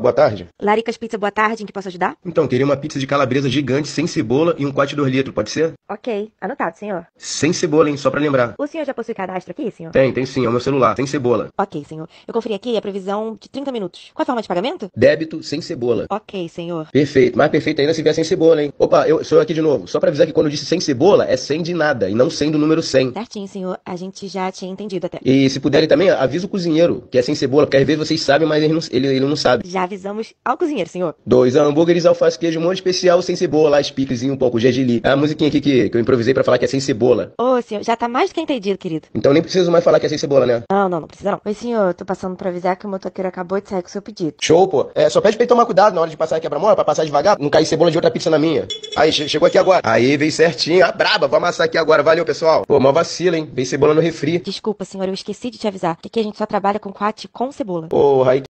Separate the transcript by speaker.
Speaker 1: boa tarde.
Speaker 2: Laricas Pizza, boa tarde, em que posso ajudar?
Speaker 1: Então, teria uma pizza de calabresa gigante, sem cebola e um quate de 2 litros, pode ser?
Speaker 2: Ok, anotado, senhor.
Speaker 1: Sem cebola, hein? Só pra lembrar.
Speaker 2: O senhor já possui cadastro aqui, senhor?
Speaker 1: Tem, tem sim, é o meu celular, sem cebola.
Speaker 2: Ok, senhor. Eu conferi aqui a previsão de 30 minutos. Qual a forma de pagamento?
Speaker 1: Débito, sem cebola.
Speaker 2: Ok, senhor.
Speaker 1: Perfeito, mais perfeito ainda se vier sem cebola, hein? Opa, eu sou eu aqui de novo. Só pra avisar que quando eu disse sem cebola, é sem de nada e não sem do número 100.
Speaker 2: Certinho, senhor. A gente já tinha entendido até.
Speaker 1: E se puderem também, avisa o cozinheiro que é sem cebola, porque às vezes vocês sabem, mas ele não, ele, ele não sabe.
Speaker 2: Já avisamos ao cozinheiro, senhor.
Speaker 1: Dois hambúrgueres, alface, queijo, molho especial, sem cebola, as piquezinho, um pouco gergelim. É a musiquinha aqui que, que eu improvisei pra falar que é sem cebola.
Speaker 2: Ô, senhor, já tá mais do que entendido, querido.
Speaker 1: Então nem preciso mais falar que é sem cebola, né?
Speaker 2: Não, não, não precisa não. Oi, senhor, tô passando pra avisar que o motoqueiro acabou de sair com o seu pedido.
Speaker 1: Show, pô. É, só pede pra ele tomar cuidado na hora de passar a quebra-mola, pra passar devagar, não cair cebola de outra pizza na minha. Aí, che- chegou aqui agora. Aí, veio certinho. Ah, braba, vou amassar aqui agora. Valeu, pessoal. Pô, mó vacila, hein? Vem cebola no refri.
Speaker 2: Desculpa, senhor, eu esqueci de te avisar que aqui a gente só trabalha com coate com cebola.
Speaker 1: Porra, aí